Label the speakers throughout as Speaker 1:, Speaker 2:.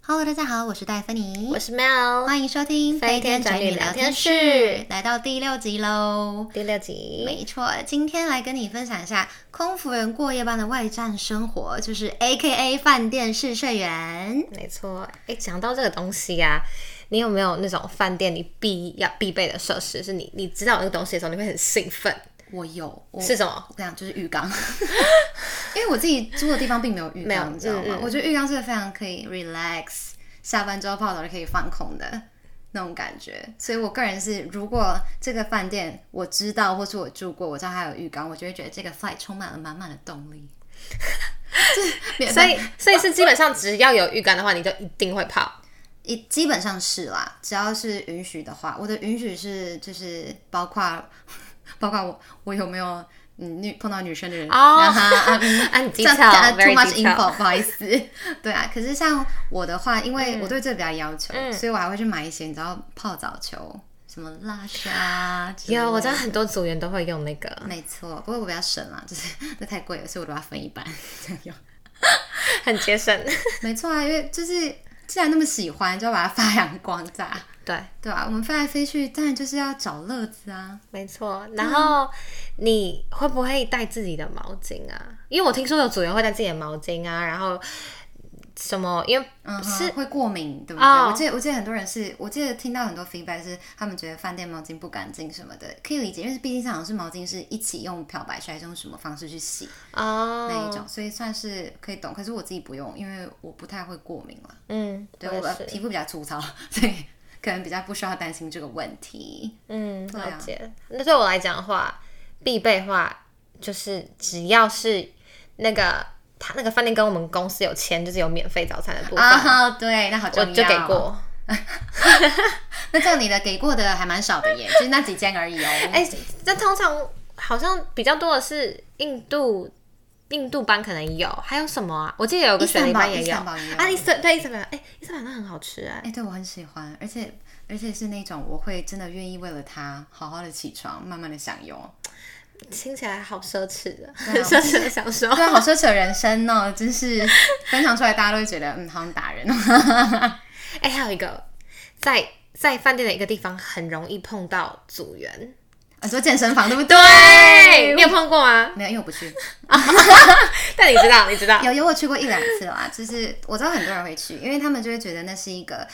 Speaker 1: Hello，大家好，我是戴芬妮
Speaker 2: 我，是 Mel，
Speaker 1: 欢迎收听
Speaker 2: 飞天宅女聊天室
Speaker 1: 室，来到第六集喽。
Speaker 2: 第六集，
Speaker 1: 没错，今天来跟你分享一下空服人过夜班的外站生活，就是 A K A 饭店试睡员。
Speaker 2: 没错。哎，讲到这个东西啊，你有没有那种饭店你必要必备的设施？是你你知道那个东西的时候，你会很兴奋，
Speaker 1: 我有，我
Speaker 2: 是什么？
Speaker 1: 我跟你讲，就是浴缸， 因为我自己住的地方并没有浴
Speaker 2: 没有
Speaker 1: 缸，你知道吗？
Speaker 2: 嗯嗯
Speaker 1: 我觉得浴缸是个非常可以 relax，下班之后泡澡就可以放空的那种感觉。所以我个人是，如果这个饭店我知道，或是我住过，我知道它有浴缸，我就会觉得这个 flight 充满了满满的动力。就是
Speaker 2: 所以所以是基本上只要有浴缸的话，你就一定会泡。
Speaker 1: 一基本上是啦，只要是允许的话，我的允许是就是包括包括我我有没有嗯女碰到女生的人
Speaker 2: 哦
Speaker 1: 让她啊嗯
Speaker 2: 按
Speaker 1: 这样讲
Speaker 2: detail，very
Speaker 1: too much
Speaker 2: detail
Speaker 1: info，不好意思。 对啊，可是像我的话，因
Speaker 2: 嗯
Speaker 1: 为我对这比较要求，所以我还会去买一些你知道泡澡球，什么拉沙啊之类的。
Speaker 2: 有，我知道很多组员都会用那 个，
Speaker 1: 没错，不过我比较省啦，就是 那太贵了，所以我都要分一半 这样用。
Speaker 2: 很节省。
Speaker 1: 没错啊，因为就是既然那么喜欢，就要把它发 扬光大，
Speaker 2: 对，
Speaker 1: 对啊吧、我们飞来飞去，当然就是要找乐子啊。
Speaker 2: 没错。然后你会不会带自己的毛巾啊？因为我听说有组员会带自己的毛巾啊，然后什么，因为
Speaker 1: 嗯哼，
Speaker 2: 是
Speaker 1: 会过敏，对不对？
Speaker 2: 哦
Speaker 1: 我记得我记得很多人是我记得听到很多 feedback 是他们觉得饭店毛巾不干净什么的，可以理解，因为毕竟好像是毛巾是一起用漂白水还是用什么方式去洗
Speaker 2: 哦
Speaker 1: 那一种，所以算是可以懂。可是我自己不用，因为我不太会过敏了，
Speaker 2: 嗯，
Speaker 1: 对
Speaker 2: 我也
Speaker 1: 我
Speaker 2: 是
Speaker 1: 皮肤比较粗糙， 所以可能比较不需要担心这个问题。
Speaker 2: 嗯，
Speaker 1: 对啊
Speaker 2: 了解。那对我来讲的话，必备话就是只要是那个他那个饭店跟我们公司有签，就是有免费早餐的部分，
Speaker 1: 啊，对，那好重
Speaker 2: 我
Speaker 1: 要。
Speaker 2: 就给。过。
Speaker 1: 那这样你的给过的还蛮少的耶，就是那几间而已哦。
Speaker 2: 哎、这通常好像比较多的是印度。印度班可能有，还有什么啊？我记得有个
Speaker 1: 伊斯
Speaker 2: 雪
Speaker 1: 坦
Speaker 2: 梨
Speaker 1: 堡
Speaker 2: 班也
Speaker 1: 伊斯
Speaker 2: 有
Speaker 1: 坦堡也有
Speaker 2: 啊，伊斯对伊斯坦堡，哎、伊斯坦堡那很好吃哎、
Speaker 1: 哎、对我很喜欢，而且而且是那种我会真的愿意为了它好好的起床，慢慢的享用。
Speaker 2: 听起来好奢侈的，
Speaker 1: 对啊
Speaker 2: 奢侈的享受。
Speaker 1: 对啊，好奢侈的人生哦，真是分享出来，大家都会觉得嗯，好像打人。哦
Speaker 2: 哎、还有一个，在在饭店的一个地方很容易碰到组员，
Speaker 1: 你啊说健身房对不对？
Speaker 2: 对，你有碰过吗？
Speaker 1: 没有，因为我不去。
Speaker 2: 但你知道，你知道，
Speaker 1: 有有我去过一两次啦，就是我知道很多人会去，因为他们就会觉得那是一个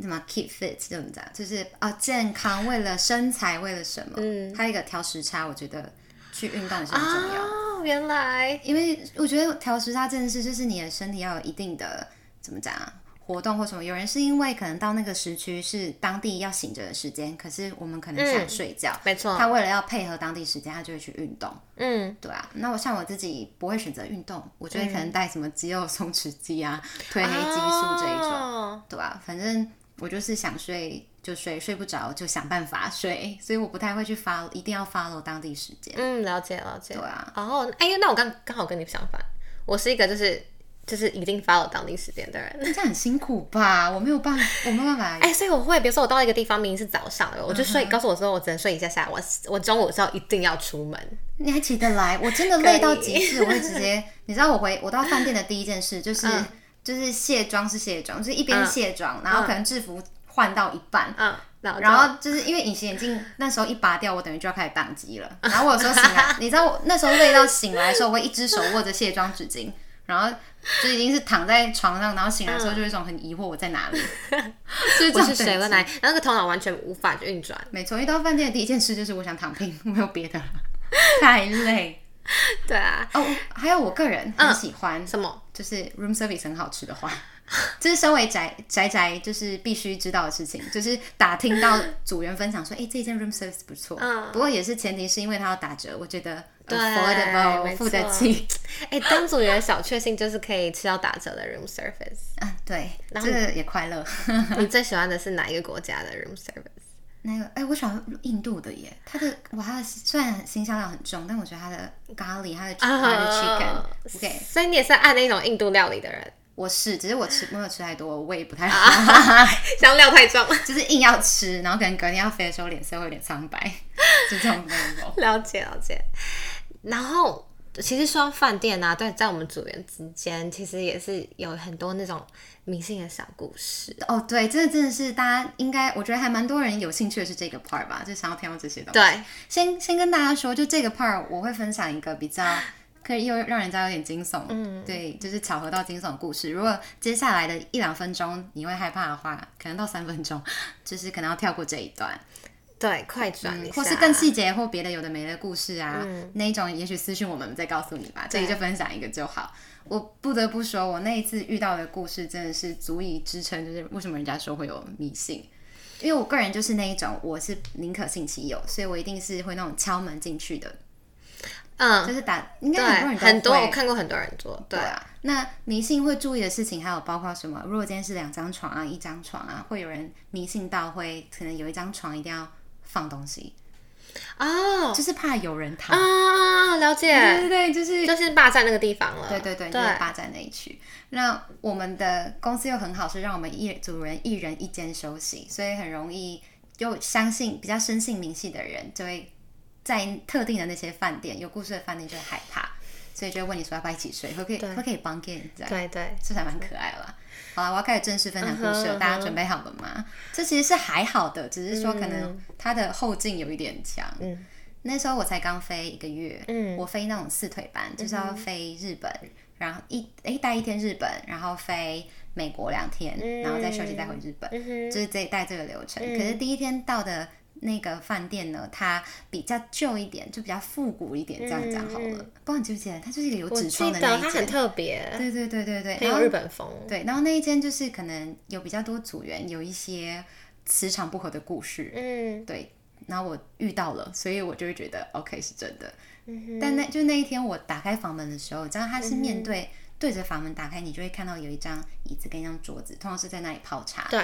Speaker 1: 什么 keep fit 这种讲，就是啊健康，为了身材，为了什么？嗯，还有一个调时差，我觉得去运动也是很重要。
Speaker 2: 哦，原来
Speaker 1: 因为我觉得调时差这件事，就是你的身体要有一定的怎么讲啊活动或什么。有人是因为可能到那个时区是当地要醒着的时间，可是我们可能想睡觉，
Speaker 2: 嗯没错，
Speaker 1: 他为了要配合当地时间，他就会去运动。
Speaker 2: 嗯，
Speaker 1: 对啊，那我像我自己不会选择运动，我就会可能带什么肌肉松弛剂啊、褪黑激
Speaker 2: 啊
Speaker 1: 素这一种，
Speaker 2: 种，
Speaker 1: 对啊，反正我就是想睡就睡，睡不着就想办法睡，所以我不太会去 follow，一定要 follow 当地时间。
Speaker 2: 嗯，了解了解
Speaker 1: 对。啊，
Speaker 2: 哦，哎、那我刚刚好跟你相反，我是一个就是就是一定 follow 当地时间的人。
Speaker 1: 那这样很辛苦吧？我没有办法，我没有办法。
Speaker 2: 哎、所以我会，比如说我到一个地方，明明是早上的，我就
Speaker 1: 嗯
Speaker 2: 睡，告诉我说我只能睡一下下，我我中午之后一定要出门。
Speaker 1: 你还起得来？我真的累到极致，我会直接，你知道我回我到饭店的第一件事就是、
Speaker 2: 嗯
Speaker 1: 就是卸妆是卸妆，就是一边卸妆，然后可能制服换到一半。
Speaker 2: 嗯，然后
Speaker 1: 然后就是因为隐形眼镜那时候一拔掉，我等于就要开始宕机
Speaker 2: 嗯
Speaker 1: 了。然后我有时候醒 来，你知道我那时候累到醒来的时候，我会一只手握着卸妆纸 巾，然后就已经是躺在床上，然后醒来的时候就有一种很疑惑我在 哪里，就是这
Speaker 2: 嗯我
Speaker 1: 种
Speaker 2: 是谁？
Speaker 1: 等
Speaker 2: 我
Speaker 1: 级
Speaker 2: 来，然后那个头脑完全无法运转。
Speaker 1: 没错，一到饭店的第一件事就是我想躺平，没有别的了， 太累。
Speaker 2: 对啊，
Speaker 1: 哦，我还有我个人
Speaker 2: 嗯
Speaker 1: 很喜欢，
Speaker 2: 什么？
Speaker 1: 就是 room service 很好吃的话， 这是身为宅宅宅就是必须知道的事情，就是打听到组员分享说，哎、这间 room service 不错，
Speaker 2: 嗯
Speaker 1: 不过也是前提是因为它要打折，我觉得
Speaker 2: 对
Speaker 1: affordable
Speaker 2: 没
Speaker 1: 付得
Speaker 2: 错
Speaker 1: 起，
Speaker 2: 哎、当组员的小确幸就是可以吃到打折的 room service。
Speaker 1: 啊，对，
Speaker 2: 然后
Speaker 1: 这个也快乐。 嗯
Speaker 2: 你最喜欢的是哪一个国家的 room service？
Speaker 1: 那个，哎、我喜欢印度的耶，它的哇，它的虽然辛香料很重，但我觉得它的咖喱，它的它
Speaker 2: 啊
Speaker 1: 的 chicken，OK，
Speaker 2: 所以你也是爱那种印度料理的人，
Speaker 1: 我是，只是我吃没有吃太多，我胃不太好。
Speaker 2: 香料太重。
Speaker 1: 就是硬要吃，然后可能隔天要飞的时候脸色会有点苍白，就这种那种。
Speaker 2: 了解了解。然后其实说到饭店啊，对，在我们组员之间，其实也是有很多那种迷信的小故事。
Speaker 1: 哦，对，这真的是大家应该，我觉得还蛮多人有兴趣的是这个 part 吧，就想要听到这些东西。
Speaker 2: 对，
Speaker 1: 先先跟大家说，就这个 part 我会分享一个比较。可以又让人家有点惊悚，嗯，对，就是巧合到惊悚的故事。如果接下来的一两分钟你会害怕的话，可能到三分钟，就是可能要跳过这一段，
Speaker 2: 对，快转一下，
Speaker 1: 嗯
Speaker 2: 嗯
Speaker 1: 或是更细节或别的有的没的故事啊，那一种也许私信我们再告诉你吧。这里就分享一个就好。我不得不说，我那一次遇到的故事真的是足以支撑，就是为什么人家说会有迷信。因为我个人就是那一种，我是宁可信其有，所以我一定是会那种敲门进去的。
Speaker 2: 嗯，
Speaker 1: 就是打，应
Speaker 2: 对，
Speaker 1: 该很多人都
Speaker 2: 很多
Speaker 1: 会
Speaker 2: 我看过很多人做，对
Speaker 1: 对，啊，那迷信会注意的事情还有包括什么？如果今天是两张床啊，一张床啊，会有人迷信到会可能有一张床一定要放东西，
Speaker 2: 哦，
Speaker 1: 就是怕有人躺。
Speaker 2: 啊，了
Speaker 1: 对
Speaker 2: 解，
Speaker 1: 对对，就是
Speaker 2: 就是霸占那个地方了，
Speaker 1: 对对对，就
Speaker 2: 对
Speaker 1: 是，霸占那一区。那我们的公司又很好，是让我们一组人一人一间休息，所以很容易又相信比较深信迷信的人，就会在特定的那些饭店有故事的饭店就会害怕，所以就会问你说要不要一起睡，会不可以
Speaker 2: 对
Speaker 1: 会不可以帮 g a m 这样。
Speaker 2: 对对，
Speaker 1: 这还蛮可爱的啦。好啦，我要开始正式分享故事
Speaker 2: 嗯
Speaker 1: 了，
Speaker 2: 哼
Speaker 1: 大家准备好了吗？这其实是还好的，只是说可能它的后劲有一点强。
Speaker 2: 嗯，
Speaker 1: 那时候我才刚飞一个月，
Speaker 2: 嗯，
Speaker 1: 我飞那种四腿班，就是要飞日本，然后一诶待一天日本，然后飞美国两天，
Speaker 2: 嗯
Speaker 1: 然后再休息再回日本，
Speaker 2: 嗯哼，嗯
Speaker 1: 就是这一带这个流程。可是第一天到的。那个饭店呢，它比较旧一点，就比较复古一点，这样讲好了。不然你记不记得，它就是一个有
Speaker 2: 嗯我
Speaker 1: 纸窗的
Speaker 2: 记
Speaker 1: 那
Speaker 2: 得
Speaker 1: 一
Speaker 2: 它
Speaker 1: 间。
Speaker 2: 很特别，
Speaker 1: 对对对对对，
Speaker 2: 很
Speaker 1: 然
Speaker 2: 有
Speaker 1: 后
Speaker 2: 日本风，
Speaker 1: 对，然后那一间就是可能有比较多组员有一些磁场不合的故事，
Speaker 2: 嗯
Speaker 1: 对，然后我遇到了，所以我就会觉得 OK 是真的。
Speaker 2: 嗯哼，
Speaker 1: 但那就那一天我打开房门的时候，知道他是面
Speaker 2: 嗯
Speaker 1: 对、对着房门打开，你就会看到有一张椅子跟一张桌子，通常是在那里泡茶。
Speaker 2: 对，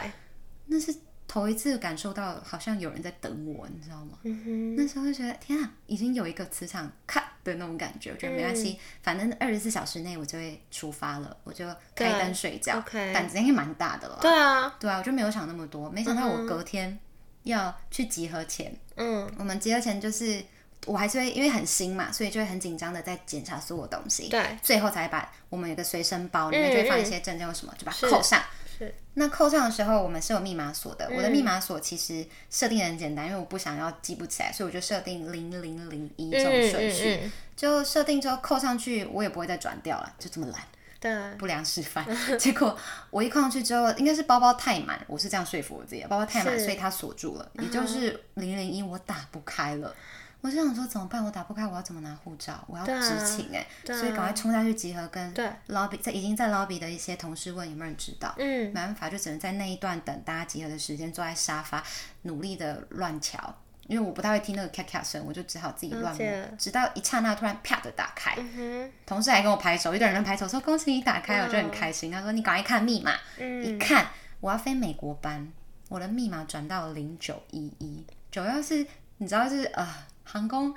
Speaker 1: 那是头一次感受到好像有人在等我，你知道吗？
Speaker 2: 嗯哼，
Speaker 1: 那时候就觉得天啊，已经有一个磁场咔的那种感觉，我觉得没关
Speaker 2: 嗯
Speaker 1: 系，反正二十四小时内我就会出发了，我就开灯睡觉，
Speaker 2: OK
Speaker 1: 胆子应该蛮大的了。
Speaker 2: 对啊，
Speaker 1: 对啊，我就没有想那么多，没想到我隔天要去集合前，
Speaker 2: 嗯，
Speaker 1: 我们集合前就是我还是会因为很新嘛，所以就会很紧张的在检查所有东西，
Speaker 2: 对，
Speaker 1: 最后才把我们有个随身包里面
Speaker 2: 嗯
Speaker 1: 就会放一
Speaker 2: 嗯
Speaker 1: 些证件或什么，就把
Speaker 2: 是
Speaker 1: 它扣上。
Speaker 2: 是，
Speaker 1: 那扣上的时候，我们是有密码锁的。我的
Speaker 2: 嗯
Speaker 1: 密码锁其实设定得很简单，因为我不想要记不起来，所以我就设定零零零一这
Speaker 2: 嗯
Speaker 1: 种顺
Speaker 2: 嗯
Speaker 1: 序。
Speaker 2: 嗯，
Speaker 1: 就设定之后扣上去，我也不会再转掉了，就这么懒。
Speaker 2: 对，啊
Speaker 1: 不良示范。 结果我一扣上去之后，应该是包包太满，我是这样说服我自己的，包包太满，
Speaker 2: 是嗯
Speaker 1: 所以它锁住了，也就是零零一我打不开了。我就想说怎么办？我打不开，我要怎么拿护照？我要
Speaker 2: 对啊
Speaker 1: 执勤哎、
Speaker 2: 对啊
Speaker 1: 所以赶快冲下去集合，跟
Speaker 2: 对
Speaker 1: lobby 在已经在 lobby 的一些同事问有没有人知道。没
Speaker 2: 嗯，
Speaker 1: 办法，就只能在那一段等大家集合的时间，坐在沙发努力的乱瞧，因为我不太会听那个咔咔声，我就只好自己乱
Speaker 2: 了
Speaker 1: 摸
Speaker 2: 解，
Speaker 1: 直到一刹那突然啪的打开，
Speaker 2: 嗯哼，
Speaker 1: 同事还跟我拍手，一堆人拍手说恭喜你打开，我就很开心。他说你赶快看密码，一
Speaker 2: 嗯，
Speaker 1: 看我要飞美国班，我的密码转到零九一一九幺是，你知道就是呃航空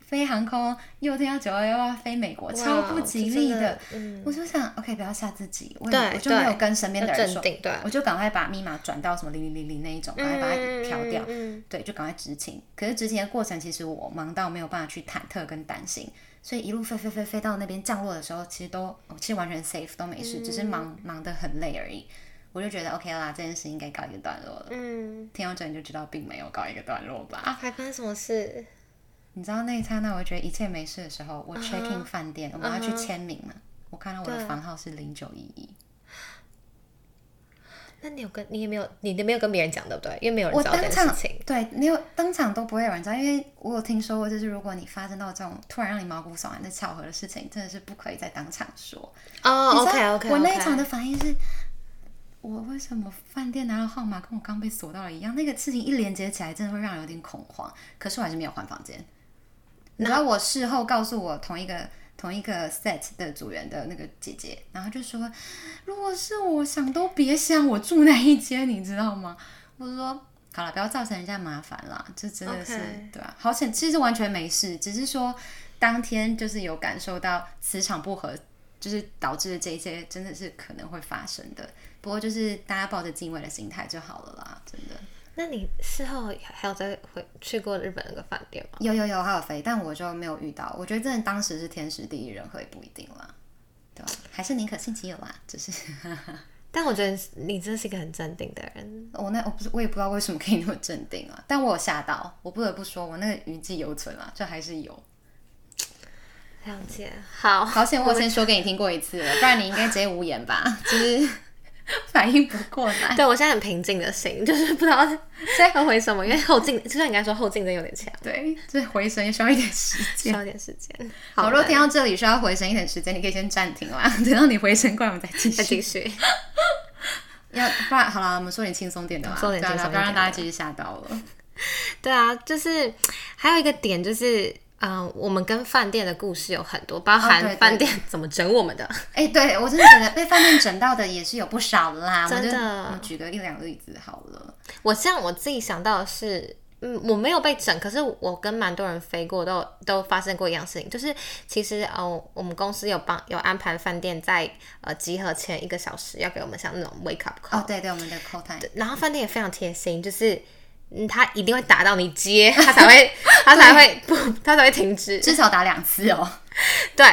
Speaker 1: 飞航空又听到九幺幺要飞美国，超不吉利
Speaker 2: 这真
Speaker 1: 的
Speaker 2: 的。嗯
Speaker 1: 我就想 OK 不要吓自己，我也
Speaker 2: 对
Speaker 1: 嗯我就没有
Speaker 2: 对
Speaker 1: 跟身边的
Speaker 2: 要
Speaker 1: 人
Speaker 2: 镇
Speaker 1: 说，
Speaker 2: 定，对，
Speaker 1: 我就赶快把密码转到什么零零零零那一种，赶快把它
Speaker 2: 嗯
Speaker 1: 调掉。
Speaker 2: 嗯，
Speaker 1: 对，就赶快执勤。可是执勤的过程，其实我忙到没有办法去忐忑跟担心，所以一路飞飞飞飞到那边降落的时候，其实都哦其实完全 safe 都没事，只是
Speaker 2: 嗯
Speaker 1: 忙忙得很累而已。我就觉得 OK 啦，这件事应该告一个段落了。
Speaker 2: 嗯，
Speaker 1: 听到这你就知道并没有告一个段落吧？
Speaker 2: 啊还发生什么事？
Speaker 1: 你知道那一刹那，我觉得一切没事的时候，
Speaker 2: 嗯
Speaker 1: 我 check in 饭店我们要去签名嘛我看到我的
Speaker 2: 对
Speaker 1: 房号是零九一一，
Speaker 2: 那你有跟你也没有，你都没有跟别人讲，对不对？因为没有人
Speaker 1: 我
Speaker 2: 知道这
Speaker 1: 当
Speaker 2: 件
Speaker 1: 场
Speaker 2: 事情。
Speaker 1: 对没有当场都不会有人知道，因为我有听说过，就是如果你发生到这种突然让你毛骨悚然的巧合的事情，真的是不可以在当场说。
Speaker 2: 哦
Speaker 1: 你知
Speaker 2: ，OK
Speaker 1: 道
Speaker 2: OK，
Speaker 1: 我那一场的反应是，我为什么饭店拿到号码跟我刚被锁到了一样？那个事情一连接起来，真的会让人有点恐慌。可是我还是没有换房间。然后我事后告诉我同一个同一个 set 的组员的那个姐姐，然后就说，如果是我想都别想，我住那一间，你知道吗？我说好了，不要造成人家麻烦啦，这真的是
Speaker 2: OK
Speaker 1: 对啊，好险，其实完全没事，只是说当天就是有感受到磁场不合，就是导致的这一些真的是可能会发生的。不过就是大家抱着敬畏的心态就好了啦，真的。
Speaker 2: 那你事后还有再回去过日本那个饭店吗？
Speaker 1: 有有有，还有飞，但我就没有遇到。我觉得真的当时是天时地利人和，也不一定啦，对吧？还是宁可信其有啦，只是
Speaker 2: 但我觉得你真是一个很镇定的人，
Speaker 1: 我那我不是我也不知道为什么可以那么镇定啊，但我有吓到，我不得不说，我那个余悸犹存啊，就还是有。
Speaker 2: 了解。好，
Speaker 1: 好险，我先说给你听过一次了，不然你应该直接无言吧，就是 反应不过来。
Speaker 2: 对我现在很平静的心，就是不知道在回什么，因为后劲，就像你刚才说，后劲真有点强，
Speaker 1: 对，这回神需要一点时
Speaker 2: 需
Speaker 1: 间。
Speaker 2: 要一点时间。
Speaker 1: 好，如果
Speaker 2: 的
Speaker 1: 听到这里需要回神一点时间，你可以先暂停啦，等到你回神过来我们再继
Speaker 2: 再
Speaker 1: 续。
Speaker 2: 继续。
Speaker 1: 要不然好啦，我们说点轻松点的啦，
Speaker 2: 说点
Speaker 1: 对啊
Speaker 2: 轻松一
Speaker 1: 不要让
Speaker 2: 点
Speaker 1: 大家
Speaker 2: 的
Speaker 1: 继续吓到了。
Speaker 2: 对啊，就是还有一个点就是，嗯、我们跟饭店的故事有很多，包
Speaker 1: 哦对
Speaker 2: 含
Speaker 1: 对
Speaker 2: 饭店怎么整我们的。
Speaker 1: 哎、对我真的觉得被饭店整到的也是有不少啦。
Speaker 2: 真的
Speaker 1: 我们就我们举个一两个例子好了。
Speaker 2: 我像我自己想到的是，嗯，我没有被整，可是我跟蛮多人飞过，都有都发生过一样事情，就是其实呃，我们公司有帮有安排饭店在呃集合前一个小时要给我们像那种 wake up call，、
Speaker 1: 哦，对对，我们的 call time，
Speaker 2: 然后饭店也非常贴心，就是。嗯，他一定会打到你接，他才会，他才会不，他才会停止。
Speaker 1: 至少打两次哦。
Speaker 2: 对，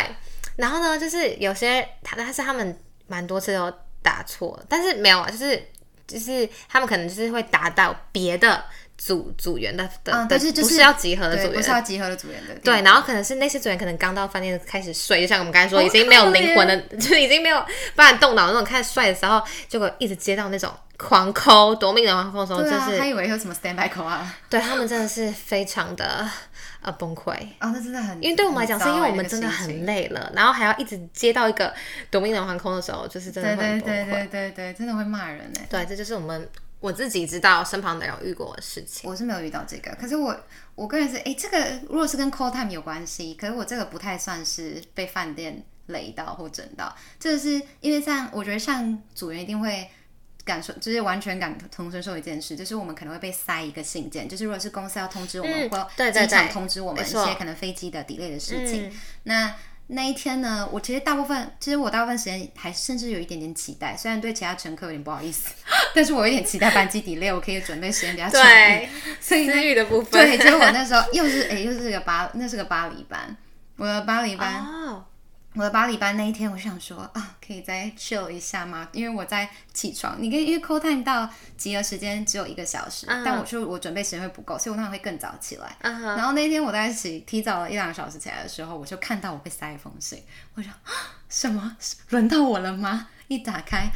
Speaker 2: 然后呢，就是有些他，但是他们蛮多次都打错，但是没有啊，就是就是他们可能就是会打到别的组组员的的、
Speaker 1: 嗯
Speaker 2: 的，
Speaker 1: 但是就是
Speaker 2: 不是要集合的
Speaker 1: 对，
Speaker 2: 组
Speaker 1: 不
Speaker 2: 员
Speaker 1: 是。要集合的组员的。
Speaker 2: 对，然后可能是那些组员可能刚到饭店开始睡，就像我们刚才说，
Speaker 1: 哦好
Speaker 2: 已经没有
Speaker 1: 可
Speaker 2: 灵魂的， 就是已经没有办法动脑的那种开始睡的时候，结果一直接到那种狂抠夺命连环扣的时候，
Speaker 1: 对
Speaker 2: 就
Speaker 1: 啊，还
Speaker 2: 是
Speaker 1: 以为有什么 standby call 啊？
Speaker 2: 对他们真的是非常的呃崩溃。
Speaker 1: 哦，那真的很，
Speaker 2: 因为对我们来讲，是
Speaker 1: 很糟
Speaker 2: 因为
Speaker 1: 欸
Speaker 2: 我们真的。
Speaker 1: 那个
Speaker 2: 很
Speaker 1: 心情
Speaker 2: 累了，然后还要一直接到一个夺命连环空的时候，就是真的
Speaker 1: 对
Speaker 2: 会很
Speaker 1: 对
Speaker 2: 崩
Speaker 1: 对
Speaker 2: 溃。
Speaker 1: 对对对，真的会骂人哎。
Speaker 2: 对这就是我们我自己知道身旁的人有遇过的事情。
Speaker 1: 我是没有遇到这个，可是我我个人是，哎，这个如果是跟 call time 有关系，可是我这个不太算是被饭店雷到或整到，这个是因为像我觉得像组员一定会。感受就是完全感同身受一件事，就是我们可能会被塞一个信件，就是如果是公司要通知我们，
Speaker 2: 嗯
Speaker 1: 或
Speaker 2: 对对
Speaker 1: 机场
Speaker 2: 对
Speaker 1: 通知我们
Speaker 2: 没
Speaker 1: 一
Speaker 2: 错嗯
Speaker 1: 些可能飞机的 delay 的事情，那那一天呢，我其实大部分，其实我大部分时间还甚至有一点点期待，虽然对其他乘客有点不好意思， 但是我有点期待班机 delay，我可以准备时间比较充裕。
Speaker 2: 对，
Speaker 1: 所以
Speaker 2: 私欲的部 分。
Speaker 1: 对，结果我那时候又是哎、又是个巴，那是个巴黎班，我的巴黎班，
Speaker 2: 哦，
Speaker 1: 我的巴黎班那一天，我想说啊，可以再 chill 一下吗？因为我在起床，你跟因为 call time 到集合时间只有一个小时，
Speaker 2: 嗯
Speaker 1: 但我说我准备时间会不够，所以我当然会更早起来。
Speaker 2: 嗯哼，
Speaker 1: 然后那天我在起提早了一两个小时起来的时候，我就看到我被塞一封信，我就啊什么轮到我了吗？一打开，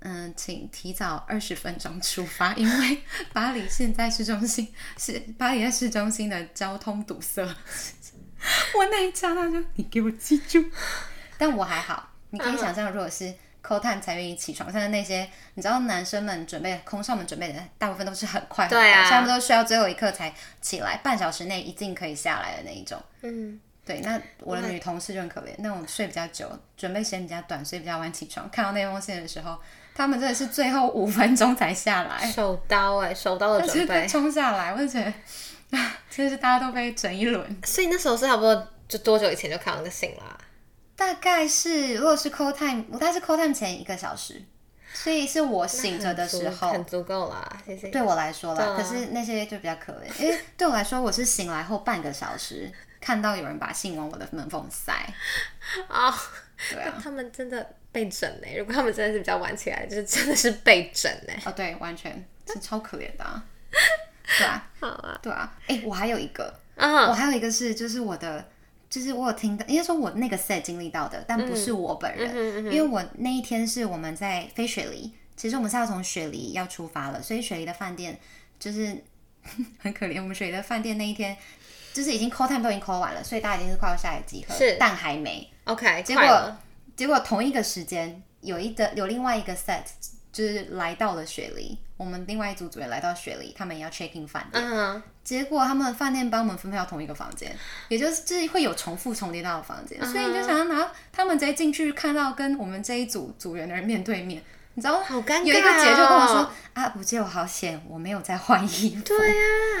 Speaker 1: 嗯，请提早二十分钟出发，因为巴黎现在市中心是巴黎在市中心的交通堵塞。我那一刹那就你给我记住，但我还好，你可以想象，如果是。抠探才愿意起床，像是那些你知道，男生们准备空少们准备的，大部分都是很快很
Speaker 2: 对啊
Speaker 1: 快他们都需要最后一刻才起来，半小时内一定可以下来的那一种。
Speaker 2: 嗯，
Speaker 1: 对，那我的女同事就很可怜，那种睡比较久，准备时间比较短，所以比较晚起床。看到那封信的时候，他们真的是最后五分钟才下来，
Speaker 2: 手刀哎、手刀的
Speaker 1: 但是
Speaker 2: 准备
Speaker 1: 被。冲下来，我就觉得， 啊，真的是大家都被整一轮。
Speaker 2: 所以那时候是差不多就多久以前就看到那个信啦？
Speaker 1: 大概是如果是 call time，我大概是 call time 前一个小时，所以是我醒着的时候，
Speaker 2: 很足够啦，谢谢。
Speaker 1: 对我来说啦，
Speaker 2: 对啊
Speaker 1: 可是那些就比较可怜，因为对我来说，我是醒来后半个小时看到有人把信往我的门缝塞，
Speaker 2: 哦，
Speaker 1: 对
Speaker 2: 但
Speaker 1: 啊，
Speaker 2: 他们真的被整哎、如果他们真的是比较晚起来，就是真的是被整哎、
Speaker 1: 哦对，完全是超可怜的、啊，对啊，
Speaker 2: 好啊，
Speaker 1: 对啊，哎、我还有一个，
Speaker 2: 嗯
Speaker 1: 我还有一个是，就是我的，就是我有听到，应该说我那个 set 经历到的，但不是我本
Speaker 2: 嗯
Speaker 1: 人，因为我那一天是我们在飞雪梨，其实我们是要从雪梨要出发了，所以雪梨的饭店就是 很可怜，我们雪梨的饭店那一天就是已经 call time 都已经 call 完了，所以大家已经是快要下来集合，
Speaker 2: 是
Speaker 1: 但还没，
Speaker 2: ，OK，
Speaker 1: 结
Speaker 2: 快
Speaker 1: 果
Speaker 2: 了
Speaker 1: 结果同一个时间，有一个有另外一个 set 就是来到了雪梨，我们另外一组组员来到雪梨，他们也要 check in 饭店。
Speaker 2: 嗯，
Speaker 1: 结果他们饭店帮我们分配到同一个房间，也就是就是会有重复重叠到的房
Speaker 2: 嗯
Speaker 1: 间，所以你就想要拿他们直接进去看到跟我们这一组组员的人面对面，你知道吗
Speaker 2: 好尴尬哦
Speaker 1: 有一个姐就跟我说啊，不借我好险，我没有在换衣服。
Speaker 2: 对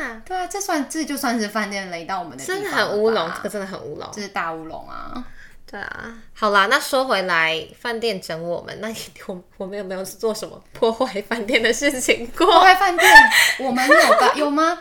Speaker 2: 呀、
Speaker 1: 对啊，这算这就算是饭店雷到我们的地方
Speaker 2: 真
Speaker 1: 了
Speaker 2: 的
Speaker 1: 吧，
Speaker 2: 很乌龙，这个真的很乌龙。
Speaker 1: 这是大乌龙啊！
Speaker 2: 对啊，好啦，那说回来，饭店整我们，那你我我们有没有做什么破坏饭店的事情
Speaker 1: 破
Speaker 2: 过？
Speaker 1: 坏哦饭店，我们有吧？有吗？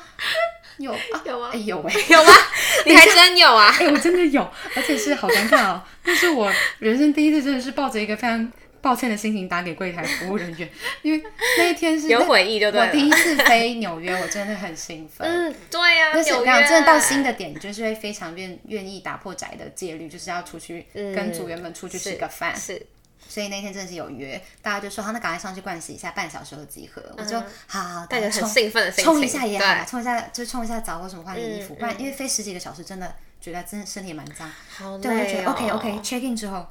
Speaker 1: 有啊，
Speaker 2: 有吗
Speaker 1: 哎、有哎、
Speaker 2: 有吗？ 你还真有啊！
Speaker 1: 哎、我真的有，而且是好尴尬哦。那是我人生第一次，真的是抱着一个非常抱歉的心情打给柜台服务人员，因为那一天是
Speaker 2: 有
Speaker 1: 那
Speaker 2: 回忆就对
Speaker 1: 我第一
Speaker 2: 了。
Speaker 1: 次飞纽约，我真的很兴奋。
Speaker 2: 嗯，对呀、啊，
Speaker 1: 但是我
Speaker 2: 纽
Speaker 1: 跟你
Speaker 2: 约
Speaker 1: 讲，真的到新的点，你就是会非常愿愿意打破宅的戒律，就是要出去
Speaker 2: 嗯
Speaker 1: 跟组员们出去吃个饭。
Speaker 2: 是
Speaker 1: 所以那天真的是有约，大家就说好，那赶快上去盥洗一下，半小时后集合。我就好好，
Speaker 2: 嗯带着
Speaker 1: 赶快
Speaker 2: 很
Speaker 1: 冲
Speaker 2: 兴奋的心情，
Speaker 1: 冲一下也好啦，
Speaker 2: 对，
Speaker 1: 冲一下就冲一下澡或什么换件衣服，
Speaker 2: 嗯
Speaker 1: 不然因为飞十几个小时，真的觉得真的身体也蛮脏。
Speaker 2: 好
Speaker 1: 对，我就觉
Speaker 2: 累
Speaker 1: 得
Speaker 2: 哦。
Speaker 1: OK OK check in 之后，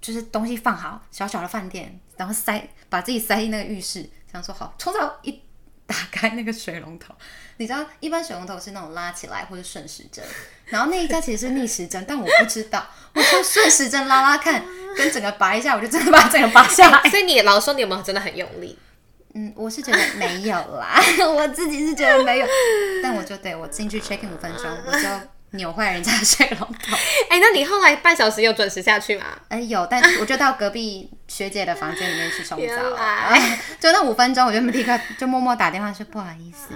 Speaker 1: 就是东西放好，小小的饭店，然后塞把自己塞进那个浴室，想说好冲澡一打开那个水龙头，你知道一般水龙头是那种拉起来或者顺时针，然后那一家其实是逆时针，但我不知道，我从顺时针拉拉看，跟整个拔一下，我就真的把整个拔下来。
Speaker 2: 所以你老说你有没有真的很用力？
Speaker 1: 嗯，我是觉得没有啦，我自己是觉得没有，但我就对我进去 check in 五分钟，我就扭坏人家的水龙头。
Speaker 2: 哎、那你后来半小时有准时下去 吗？
Speaker 1: 哎、有，但我就到隔壁学姐的房间里面去冲
Speaker 2: 原
Speaker 1: 澡，啊
Speaker 2: 来
Speaker 1: 就那五分钟，我就立刻就默默打电话说不好意思，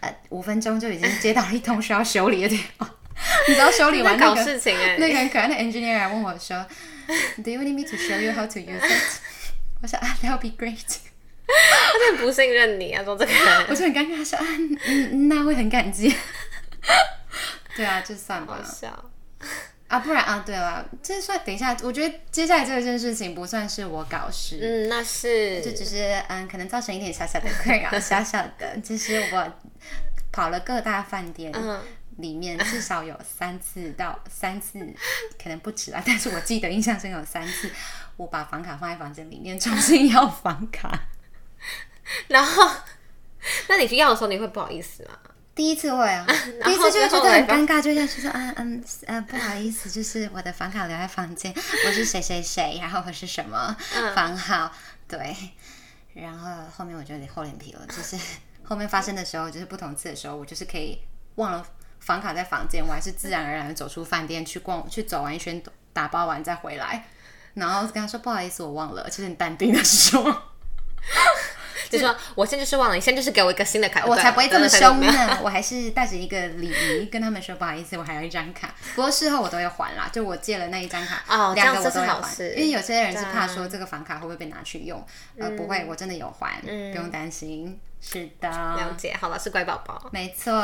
Speaker 1: 呃，五分钟就已经接到了一通需要修理的电话， 你知道修理完
Speaker 2: 在
Speaker 1: 那
Speaker 2: 搞
Speaker 1: 个
Speaker 2: 事情哎、
Speaker 1: 那个很可爱的 engineer 还问我说，Do you need me to show you how to use it？我 说啊，that'll be great。
Speaker 2: 他真的不信任你啊，说这个人
Speaker 1: 我就很尴尬说啊，嗯嗯，那会很感激。 对啊，就算吧
Speaker 2: 好。笑。
Speaker 1: 啊，不然啊，对了，这算等一下，我觉得接下来这件事情不算是我搞事，
Speaker 2: 嗯，那
Speaker 1: 这
Speaker 2: 是
Speaker 1: 只是嗯，可能造成一点小小的困扰，小小的，就是我跑了各大饭店，
Speaker 2: 嗯
Speaker 1: 里面至少有三次到三次，可能不止啊，但是我记得印象中有三次，我把房卡放在房间里面，重新要房卡。
Speaker 2: 然后，那你去要的时候你会不好意思吗？
Speaker 1: 第一次会啊，
Speaker 2: 然后
Speaker 1: 第一次就会觉得很
Speaker 2: 之后
Speaker 1: 尴尬，就要说啊嗯呃不好意思，就是我的房卡留在房间， 我是谁谁谁，然后我是什么房号，对，然后后面我就厚脸皮了，就是后面发生的时候，就是不同次的时候，我就是可以忘了房卡在房间，我还是自然而然的走出饭店去逛，去走完一圈，打包完再回来，然后跟他说不好意思，我忘了，就是很淡定的说。
Speaker 2: 就说我现在就是忘了，你现在就是给我一个新的卡，
Speaker 1: 我才不会这么凶
Speaker 2: 呢。
Speaker 1: 呢！ 我还是带着一个礼仪跟他们说，不好意思，我还有一张卡。不过事后我都会还啦，就我借了那一张卡，
Speaker 2: 哦
Speaker 1: 两个
Speaker 2: 这
Speaker 1: 我
Speaker 2: 样
Speaker 1: 都
Speaker 2: 这
Speaker 1: 会
Speaker 2: 是好
Speaker 1: 还，
Speaker 2: 事
Speaker 1: 因为有些人是
Speaker 2: 对啊嗯
Speaker 1: 怕说这个房卡会不会被拿去用，呃，不会，我真的有还，不用担心。是
Speaker 2: 了
Speaker 1: 的，
Speaker 2: 解，好了，是乖宝宝。
Speaker 1: 没错。哦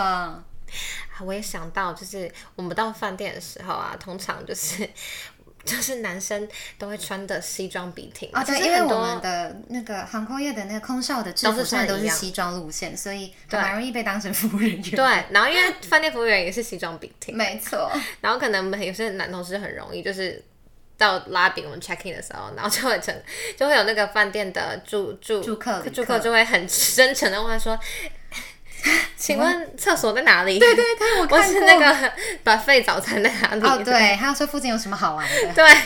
Speaker 2: 啊我也想到，就是我们到饭店的时候啊，通常就是 就是男生都会穿的西装笔挺
Speaker 1: 啊，
Speaker 2: 就
Speaker 1: 对，
Speaker 2: 是
Speaker 1: 因为
Speaker 2: 很
Speaker 1: 我
Speaker 2: 多
Speaker 1: 们的那个航空业的那个空少的制
Speaker 2: 都
Speaker 1: 服
Speaker 2: 是
Speaker 1: 上
Speaker 2: 穿
Speaker 1: 都
Speaker 2: 一
Speaker 1: 是
Speaker 2: 样
Speaker 1: 西装路线，所以还蛮容易被当成服务人员。
Speaker 2: 对，然后因为饭店服务员也是西装笔挺，
Speaker 1: 没错。
Speaker 2: 然后可能我们有些男同事很容易就是。到拉饼我们 check in 的时候，然后就会成就会有那个饭店的住住
Speaker 1: 住客旅
Speaker 2: 住
Speaker 1: 客
Speaker 2: 客就会很真诚的问他说：“请问厕所在哪里？”
Speaker 1: 对对对，我
Speaker 2: 或
Speaker 1: 看
Speaker 2: 是
Speaker 1: 过
Speaker 2: 那个 buffet 早餐在哪里？
Speaker 1: 哦，对，他说附近有什么好玩 的？
Speaker 2: 对。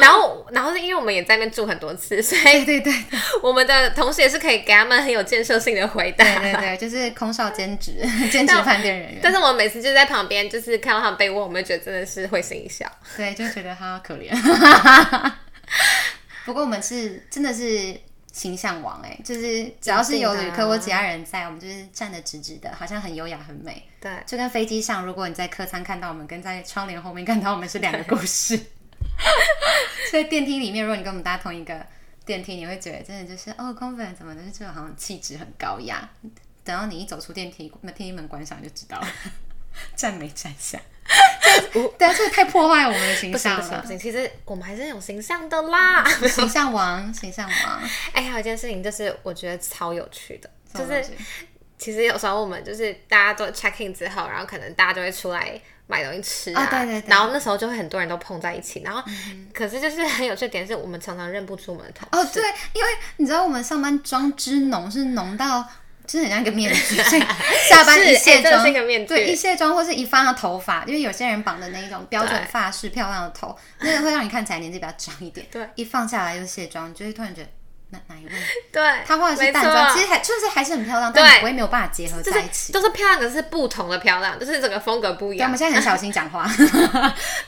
Speaker 2: 然后，然后是因为我们也在那边住很 多次，所
Speaker 1: 对
Speaker 2: 以
Speaker 1: 对对对
Speaker 2: 我们的同事也是可以给他们很有建设性的回答。
Speaker 1: 对 对，就是空少兼职兼职饭店人员。
Speaker 2: 但是我们每次就在旁边，就是看到他们被问，我们觉得真的是会心一笑。
Speaker 1: 对，就觉得他可 怜。不过我们是真的是形象王哎、就是只要是有旅
Speaker 2: 一定的
Speaker 1: 客
Speaker 2: 啊
Speaker 1: 或其他人在，我们就是站得直直的，好像很优雅很美。
Speaker 2: 对，
Speaker 1: 就跟飞机上，如果你在客舱看到我们，跟在窗帘后面看到我们是两个故事。 所以电梯里面，如果你跟我们搭同一个电梯，你会觉得真的就是哦，空粉怎么的，就是好像气质很高雅。等到你一走出电梯，那电梯门关上就知道了，站没站下。对啊，这个太破坏我们的形
Speaker 2: 不行
Speaker 1: 象
Speaker 2: 不行不
Speaker 1: 了。
Speaker 2: 行，其实我们还是有形象的 啦。
Speaker 1: 形象王，形象王，
Speaker 2: 哎，还有一件事情就是我觉得超有趣的，就
Speaker 1: 这种东
Speaker 2: 是
Speaker 1: 西
Speaker 2: 其实有时候我们就是大家都 check in 之后，然后可能大家就会出来买东西吃啊，
Speaker 1: 啊对对对嗯
Speaker 2: 然后那时候就会很多人都碰在一起，然后、可是就是很有趣的点是我们常常认不出我们的同
Speaker 1: 哦，对，因为你知道我们上班妆之浓是浓到。就是很像一个面 具，所以下班
Speaker 2: 是
Speaker 1: 一
Speaker 2: 哎
Speaker 1: 卸
Speaker 2: 真的
Speaker 1: 妆，
Speaker 2: 是一个面具
Speaker 1: 对一卸妆或是一放到头发，因为有些人绑的那一种标准发饰，漂亮的头，那个会让你看起来年纪比较长一点。
Speaker 2: 对，
Speaker 1: 一放下来又卸妆，你就会突然觉得嗯哪哪一 位？
Speaker 2: 对，
Speaker 1: 她画的是淡
Speaker 2: 没
Speaker 1: 妆，
Speaker 2: 错
Speaker 1: 其实还就是还是很漂亮，
Speaker 2: 对
Speaker 1: 但你不会没有办法结合
Speaker 2: 就
Speaker 1: 在一起
Speaker 2: 是。都是漂亮，可是不同的漂亮，就是整个风格不一
Speaker 1: 对，我
Speaker 2: 样
Speaker 1: 们。现在很小心讲 话，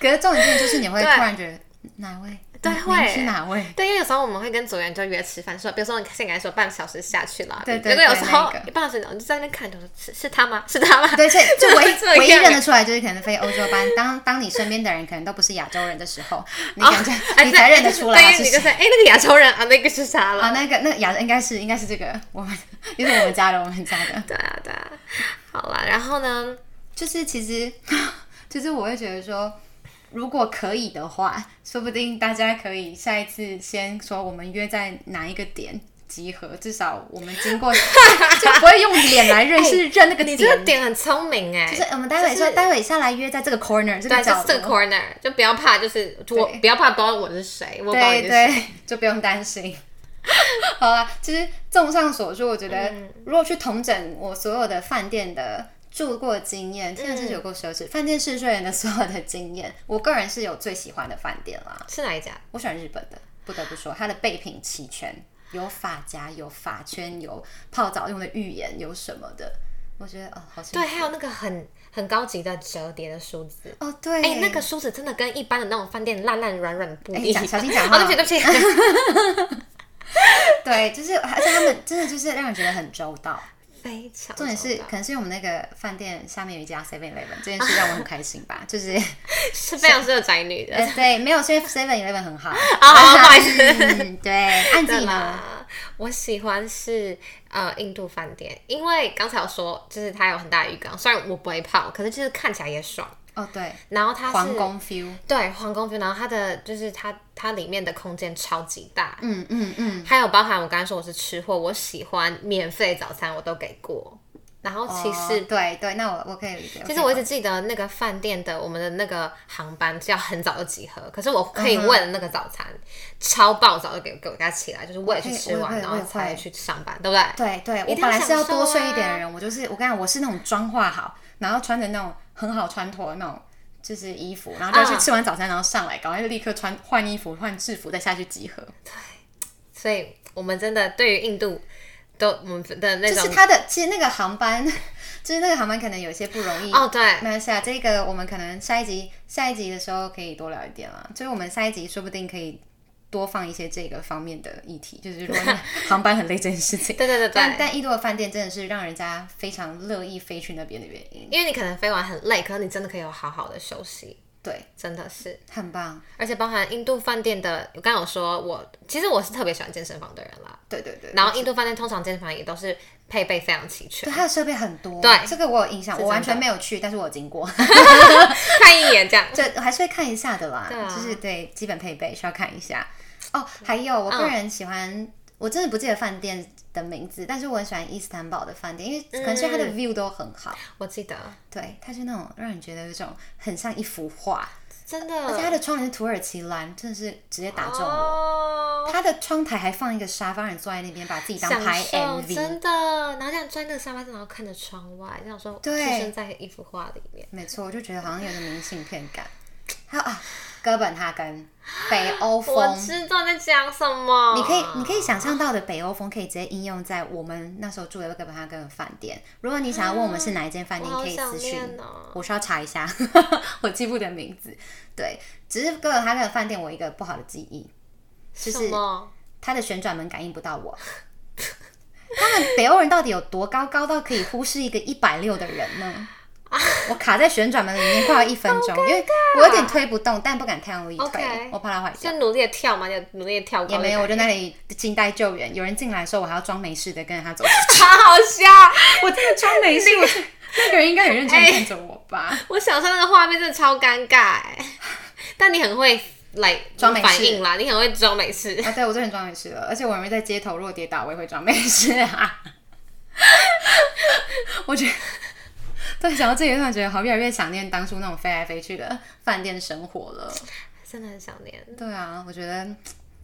Speaker 1: 可是重点就是你会突
Speaker 2: 对
Speaker 1: 然觉得嗯哪位？
Speaker 2: 对
Speaker 1: 哪
Speaker 2: 会
Speaker 1: 您是哪位？
Speaker 2: 对，因为有时候我们会跟组员就约吃饭，说，比如说你现在说半小时下去了，
Speaker 1: 对对
Speaker 2: 结果有
Speaker 1: 对
Speaker 2: 时候
Speaker 1: 那个
Speaker 2: 半小时我就在那边看，就说是是他吗？是他吗？
Speaker 1: 对，所以就唯
Speaker 2: 这样
Speaker 1: 一唯一 认得出来，就是可能非欧洲班。当当你身边的人可能都不是亚洲人的时候，你感觉、
Speaker 2: 哎
Speaker 1: 你才认得出来
Speaker 2: 对
Speaker 1: 是
Speaker 2: 你就是
Speaker 1: 谁。
Speaker 2: 哎，那个亚洲人啊，那个是他了。
Speaker 1: 啊，那个那个亚应该是应该是这个我们，就是我们家的我们家的，
Speaker 2: 对啊，对啊。好啦，然后呢？
Speaker 1: 就是其实就是我会觉得说，如果可以的话，说不定大家可以下一次先说我们约在哪一个点集合，至少我们经 过就不会用脸来认，是认那个
Speaker 2: 哎你这个
Speaker 1: 哎点。
Speaker 2: 点很聪明哎、
Speaker 1: 就是我们待会说，
Speaker 2: 就是
Speaker 1: 待会下来约在这个 corner 这
Speaker 2: 对，啊
Speaker 1: 个
Speaker 2: 就
Speaker 1: 角
Speaker 2: 是这个
Speaker 1: 落，
Speaker 2: corner，就不要怕，就是我
Speaker 1: 对
Speaker 2: 不要怕，不知道我是谁，我不知道你
Speaker 1: 对
Speaker 2: 是谁。
Speaker 1: 对，就不用担心。 好啊，其实综上所述，我觉得
Speaker 2: 嗯
Speaker 1: 如果去统整我所有的饭店的住过经验，真的是有过奢
Speaker 2: 嗯
Speaker 1: 侈。饭店试睡员的所有的经验， 我个人是有最喜欢的饭店啦。
Speaker 2: 是哪一家？
Speaker 1: 我喜欢日本的，不得不说，它的备品齐全，有发夹，有发圈，有泡澡用的浴盐，有什么的，我觉得哦，好幸
Speaker 2: 对，
Speaker 1: 福。
Speaker 2: 还有那个很很高级的折叠的梳子。
Speaker 1: 哦，对，
Speaker 2: 哎、那个梳子真的跟一般的那种饭店烂烂软软的不一
Speaker 1: 哎
Speaker 2: 样。
Speaker 1: 讲小心讲
Speaker 2: 哦，
Speaker 1: 话
Speaker 2: 对不起，对不起。
Speaker 1: 对，就是 而且他们真的就是让人觉得很周到。
Speaker 2: 非常
Speaker 1: 重点是，
Speaker 2: 周到
Speaker 1: 可能是因为我们那个饭店下面有一家 Seven Eleven，这件事让我很开心 吧。就是，
Speaker 2: 是非常适合宅女的。
Speaker 1: 呃，对，没有，所以 Seven Eleven 很好。
Speaker 2: 好好，啊不好意思。
Speaker 1: 嗯，对，按自
Speaker 2: 对
Speaker 1: 己呢？
Speaker 2: 啦，我喜欢是呃印度饭店，因为刚才有说就是它有很大的浴缸，虽然我不会泡，可是就是看起来也爽。
Speaker 1: 哦，对，
Speaker 2: 然后它是
Speaker 1: 皇宫 feel。
Speaker 2: 对皇宫 view，然后它的就是它它里面的空间超级大，
Speaker 1: 嗯嗯嗯，
Speaker 2: 还有包含我刚才说我是吃货，我喜欢免费早餐我都给过。然后其实、
Speaker 1: 哦对对，那我我可以理解。
Speaker 2: 其实
Speaker 1: 可
Speaker 2: 我
Speaker 1: 以
Speaker 2: 一直记得那个饭店的我们的那个航班是要很早就集合，可是我可以为了那个早餐、超爆早就给给我家起来，就是为了去
Speaker 1: 哦
Speaker 2: 吃
Speaker 1: 我也
Speaker 2: 完，
Speaker 1: 会
Speaker 2: 然后
Speaker 1: 我
Speaker 2: 才
Speaker 1: 也会
Speaker 2: 去上班，对不对？
Speaker 1: 对对，
Speaker 2: 一
Speaker 1: 我
Speaker 2: 定
Speaker 1: 本来
Speaker 2: 要
Speaker 1: 是要
Speaker 2: 享受
Speaker 1: 多睡一点
Speaker 2: 啊
Speaker 1: 的人，我就是我跟你讲，我是那种妆化好，然后穿着那种很好穿脱的那种就是衣服，然后就去
Speaker 2: 啊
Speaker 1: 吃完早餐，然后上来，赶快就立刻穿换衣服、换制服，再下去集合。
Speaker 2: 所以我们真的对于印度都我们的那
Speaker 1: 就
Speaker 2: 种
Speaker 1: 是它的，其实那个航班， 就是那个航班可能有些不容易。
Speaker 2: 哦，对，
Speaker 1: 没关系啊，这个我们可能下一集下一集的时候可以多聊一点啦。就是我们下一集说不定可以多放一些这个方面的议题，就是如果你航班很累这件事情。
Speaker 2: 对对对
Speaker 1: 但
Speaker 2: 对。
Speaker 1: 但印度的饭店真的是让人家非常乐意飞去那边的原因，
Speaker 2: 因为你可能飞完很累，可是你真的可以有好好的休息，
Speaker 1: 对，
Speaker 2: 真的是。
Speaker 1: 很棒，
Speaker 2: 而且包含印度饭店的，我刚刚有说我其实我是特别喜欢健身房的人啦。
Speaker 1: 对对对。
Speaker 2: 然后印度饭店通常健身房也都是配备非常齐全
Speaker 1: 对， 它的设备很多，
Speaker 2: 对
Speaker 1: 这个我有印象，
Speaker 2: 是
Speaker 1: 我完
Speaker 2: 真的
Speaker 1: 全没有去，但是我有经 过，
Speaker 2: 看一眼这样。
Speaker 1: 这还是会看一下的啦，
Speaker 2: 对啊
Speaker 1: 就是对基本配备需要看一下。哦，还有我
Speaker 2: 嗯
Speaker 1: 个人喜欢，我真的不记得饭店的名字，但是我很喜欢伊斯坦堡的饭店，因为可能是它的
Speaker 2: 嗯
Speaker 1: view 都很好，
Speaker 2: 我记得
Speaker 1: 对，它是那种让人觉得有一种很像一幅画，
Speaker 2: 真
Speaker 1: 而且它
Speaker 2: 的
Speaker 1: 的窗帘是土耳其蓝，真的是直接打中我。
Speaker 2: 嗯哦，
Speaker 1: 它的窗台还放一个沙发，让你坐在那边把自己当
Speaker 2: 享
Speaker 1: 拍
Speaker 2: 受
Speaker 1: MV，
Speaker 2: 真的。然后这样钻那个沙发上，然后看着窗外，这样说
Speaker 1: 对
Speaker 2: 置身在一幅画里面。
Speaker 1: 没错，我就觉得好像有点明信片感。还有啊，哥本哈根，北欧
Speaker 2: 我
Speaker 1: 风，
Speaker 2: 知道你在讲什么，
Speaker 1: 你可以，你可以想象到的北欧风可以直接应用在我们那时候住的哥本哈根的饭店。如果你想要问我们是哪一间饭店，
Speaker 2: 啊
Speaker 1: 你可以
Speaker 2: 我好
Speaker 1: 私讯
Speaker 2: 想念哦
Speaker 1: 我需要查一下， 我记不得名字。对，只是哥本哈根的饭店，我有一个不好的记忆，就是
Speaker 2: 什么？
Speaker 1: 它的旋转门感应不到我。他们北欧人到底有多高？高到可以忽视一个一百六的人呢？我卡在旋转门里面快要一分钟，因为我有点推不动，但不敢太用力推
Speaker 2: OK
Speaker 1: 我怕它坏掉。
Speaker 2: 就努力的跳嘛，就努力的跳高的
Speaker 1: 也
Speaker 2: 感觉。
Speaker 1: 没有，我在那里静待救援。有人进来的时候，我还要装没事的跟着他走出去。
Speaker 2: 好 好笑。
Speaker 1: 我真的装 没事，我那个人应该很认真地看着我吧？
Speaker 2: 我想象那个画面真的超尴尬哎、但你很会来
Speaker 1: 装没事
Speaker 2: 反应啦，你很会装没 事。
Speaker 1: 啊，对，我真的装没事了。而且我容易在街头，如果跌倒，我也会装没事啊。 我觉得，对，想到这里，突然觉得好越来越想念当初那种飞来飞去的饭店生活了。
Speaker 2: 真的很想念。
Speaker 1: 对啊，我觉得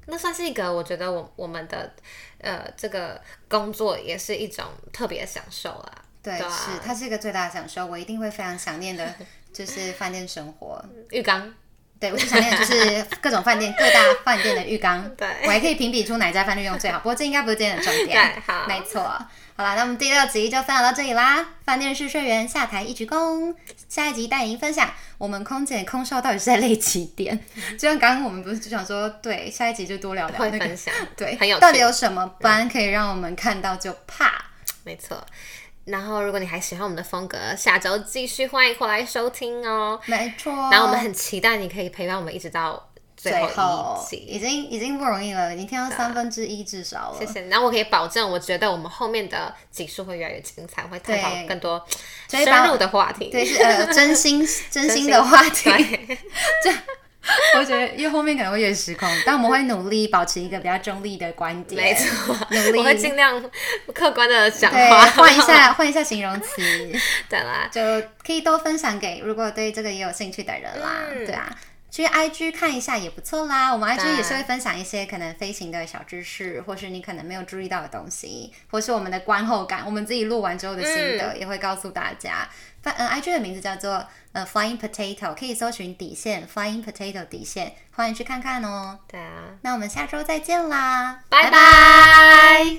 Speaker 2: 那算是一个，我觉得我我们的呃这个工作也是一种特别的享受啦。
Speaker 1: 对，
Speaker 2: 对啊
Speaker 1: 是它是一个最大的享受，我一定会非常想念的，就是饭店生活。
Speaker 2: 浴缸
Speaker 1: 对，我最想念的就是各种饭店、各大饭店的浴缸。
Speaker 2: 对
Speaker 1: 我还可以评比出哪家饭店用最好。不过这应该不是今天的重点。
Speaker 2: 对好
Speaker 1: 没错。好啦，那我们第六集就分享到这里啦。饭店试睡员下台一鞠躬。下一集带您分享我们空姐空少到底是在累几点？就像刚刚我们不是就想说，对，下一集就多聊聊
Speaker 2: 会
Speaker 1: 那个
Speaker 2: 分，享，
Speaker 1: 对，
Speaker 2: 很有趣嗯
Speaker 1: 到底有什么班可以让我们看到就怕？
Speaker 2: 没错。然后，如果你还喜欢我们的风格，下周继续欢迎回来收听哦。
Speaker 1: 没错。
Speaker 2: 然后我们很期待你可以陪伴我们一直到最
Speaker 1: 最
Speaker 2: 后
Speaker 1: 后
Speaker 2: 一集，
Speaker 1: 已经已经不容易了，已经听到三分之一至少了。
Speaker 2: 谢谢你。然后我可以保证，我觉得我们后面的集数会越来越精彩，会探讨
Speaker 1: 对
Speaker 2: 更多
Speaker 1: 所以把
Speaker 2: 深入的话题。
Speaker 1: 对，是 呃，真心真心的话 题，
Speaker 2: 对
Speaker 1: 我觉得越后面可能会越失控，但我们会努力保持一个比较中立的观点，
Speaker 2: 没，错，
Speaker 1: 努力
Speaker 2: 我会尽量客观的讲
Speaker 1: 对
Speaker 2: 话，，
Speaker 1: 换一。下换一下形容词，
Speaker 2: 对啦，
Speaker 1: 就可以多分享给如果对这个也有兴趣的人啦，
Speaker 2: 嗯
Speaker 1: 对啊。去 IG 看一下也不错啦，我们 IG
Speaker 2: 对
Speaker 1: 也是会分享一些可能飞行的小知识，或是你可能没有注意到的东西，或是我们的观后感，我们自己录完之后的心得、
Speaker 2: 嗯
Speaker 1: 也会告诉大家。翻嗯、i g 的名字叫做呃 Flying Potato，可以搜寻底线 Flying Potato 底线，欢迎去看看哦。
Speaker 2: 对啊，
Speaker 1: 那我们下周再见啦，
Speaker 2: 拜拜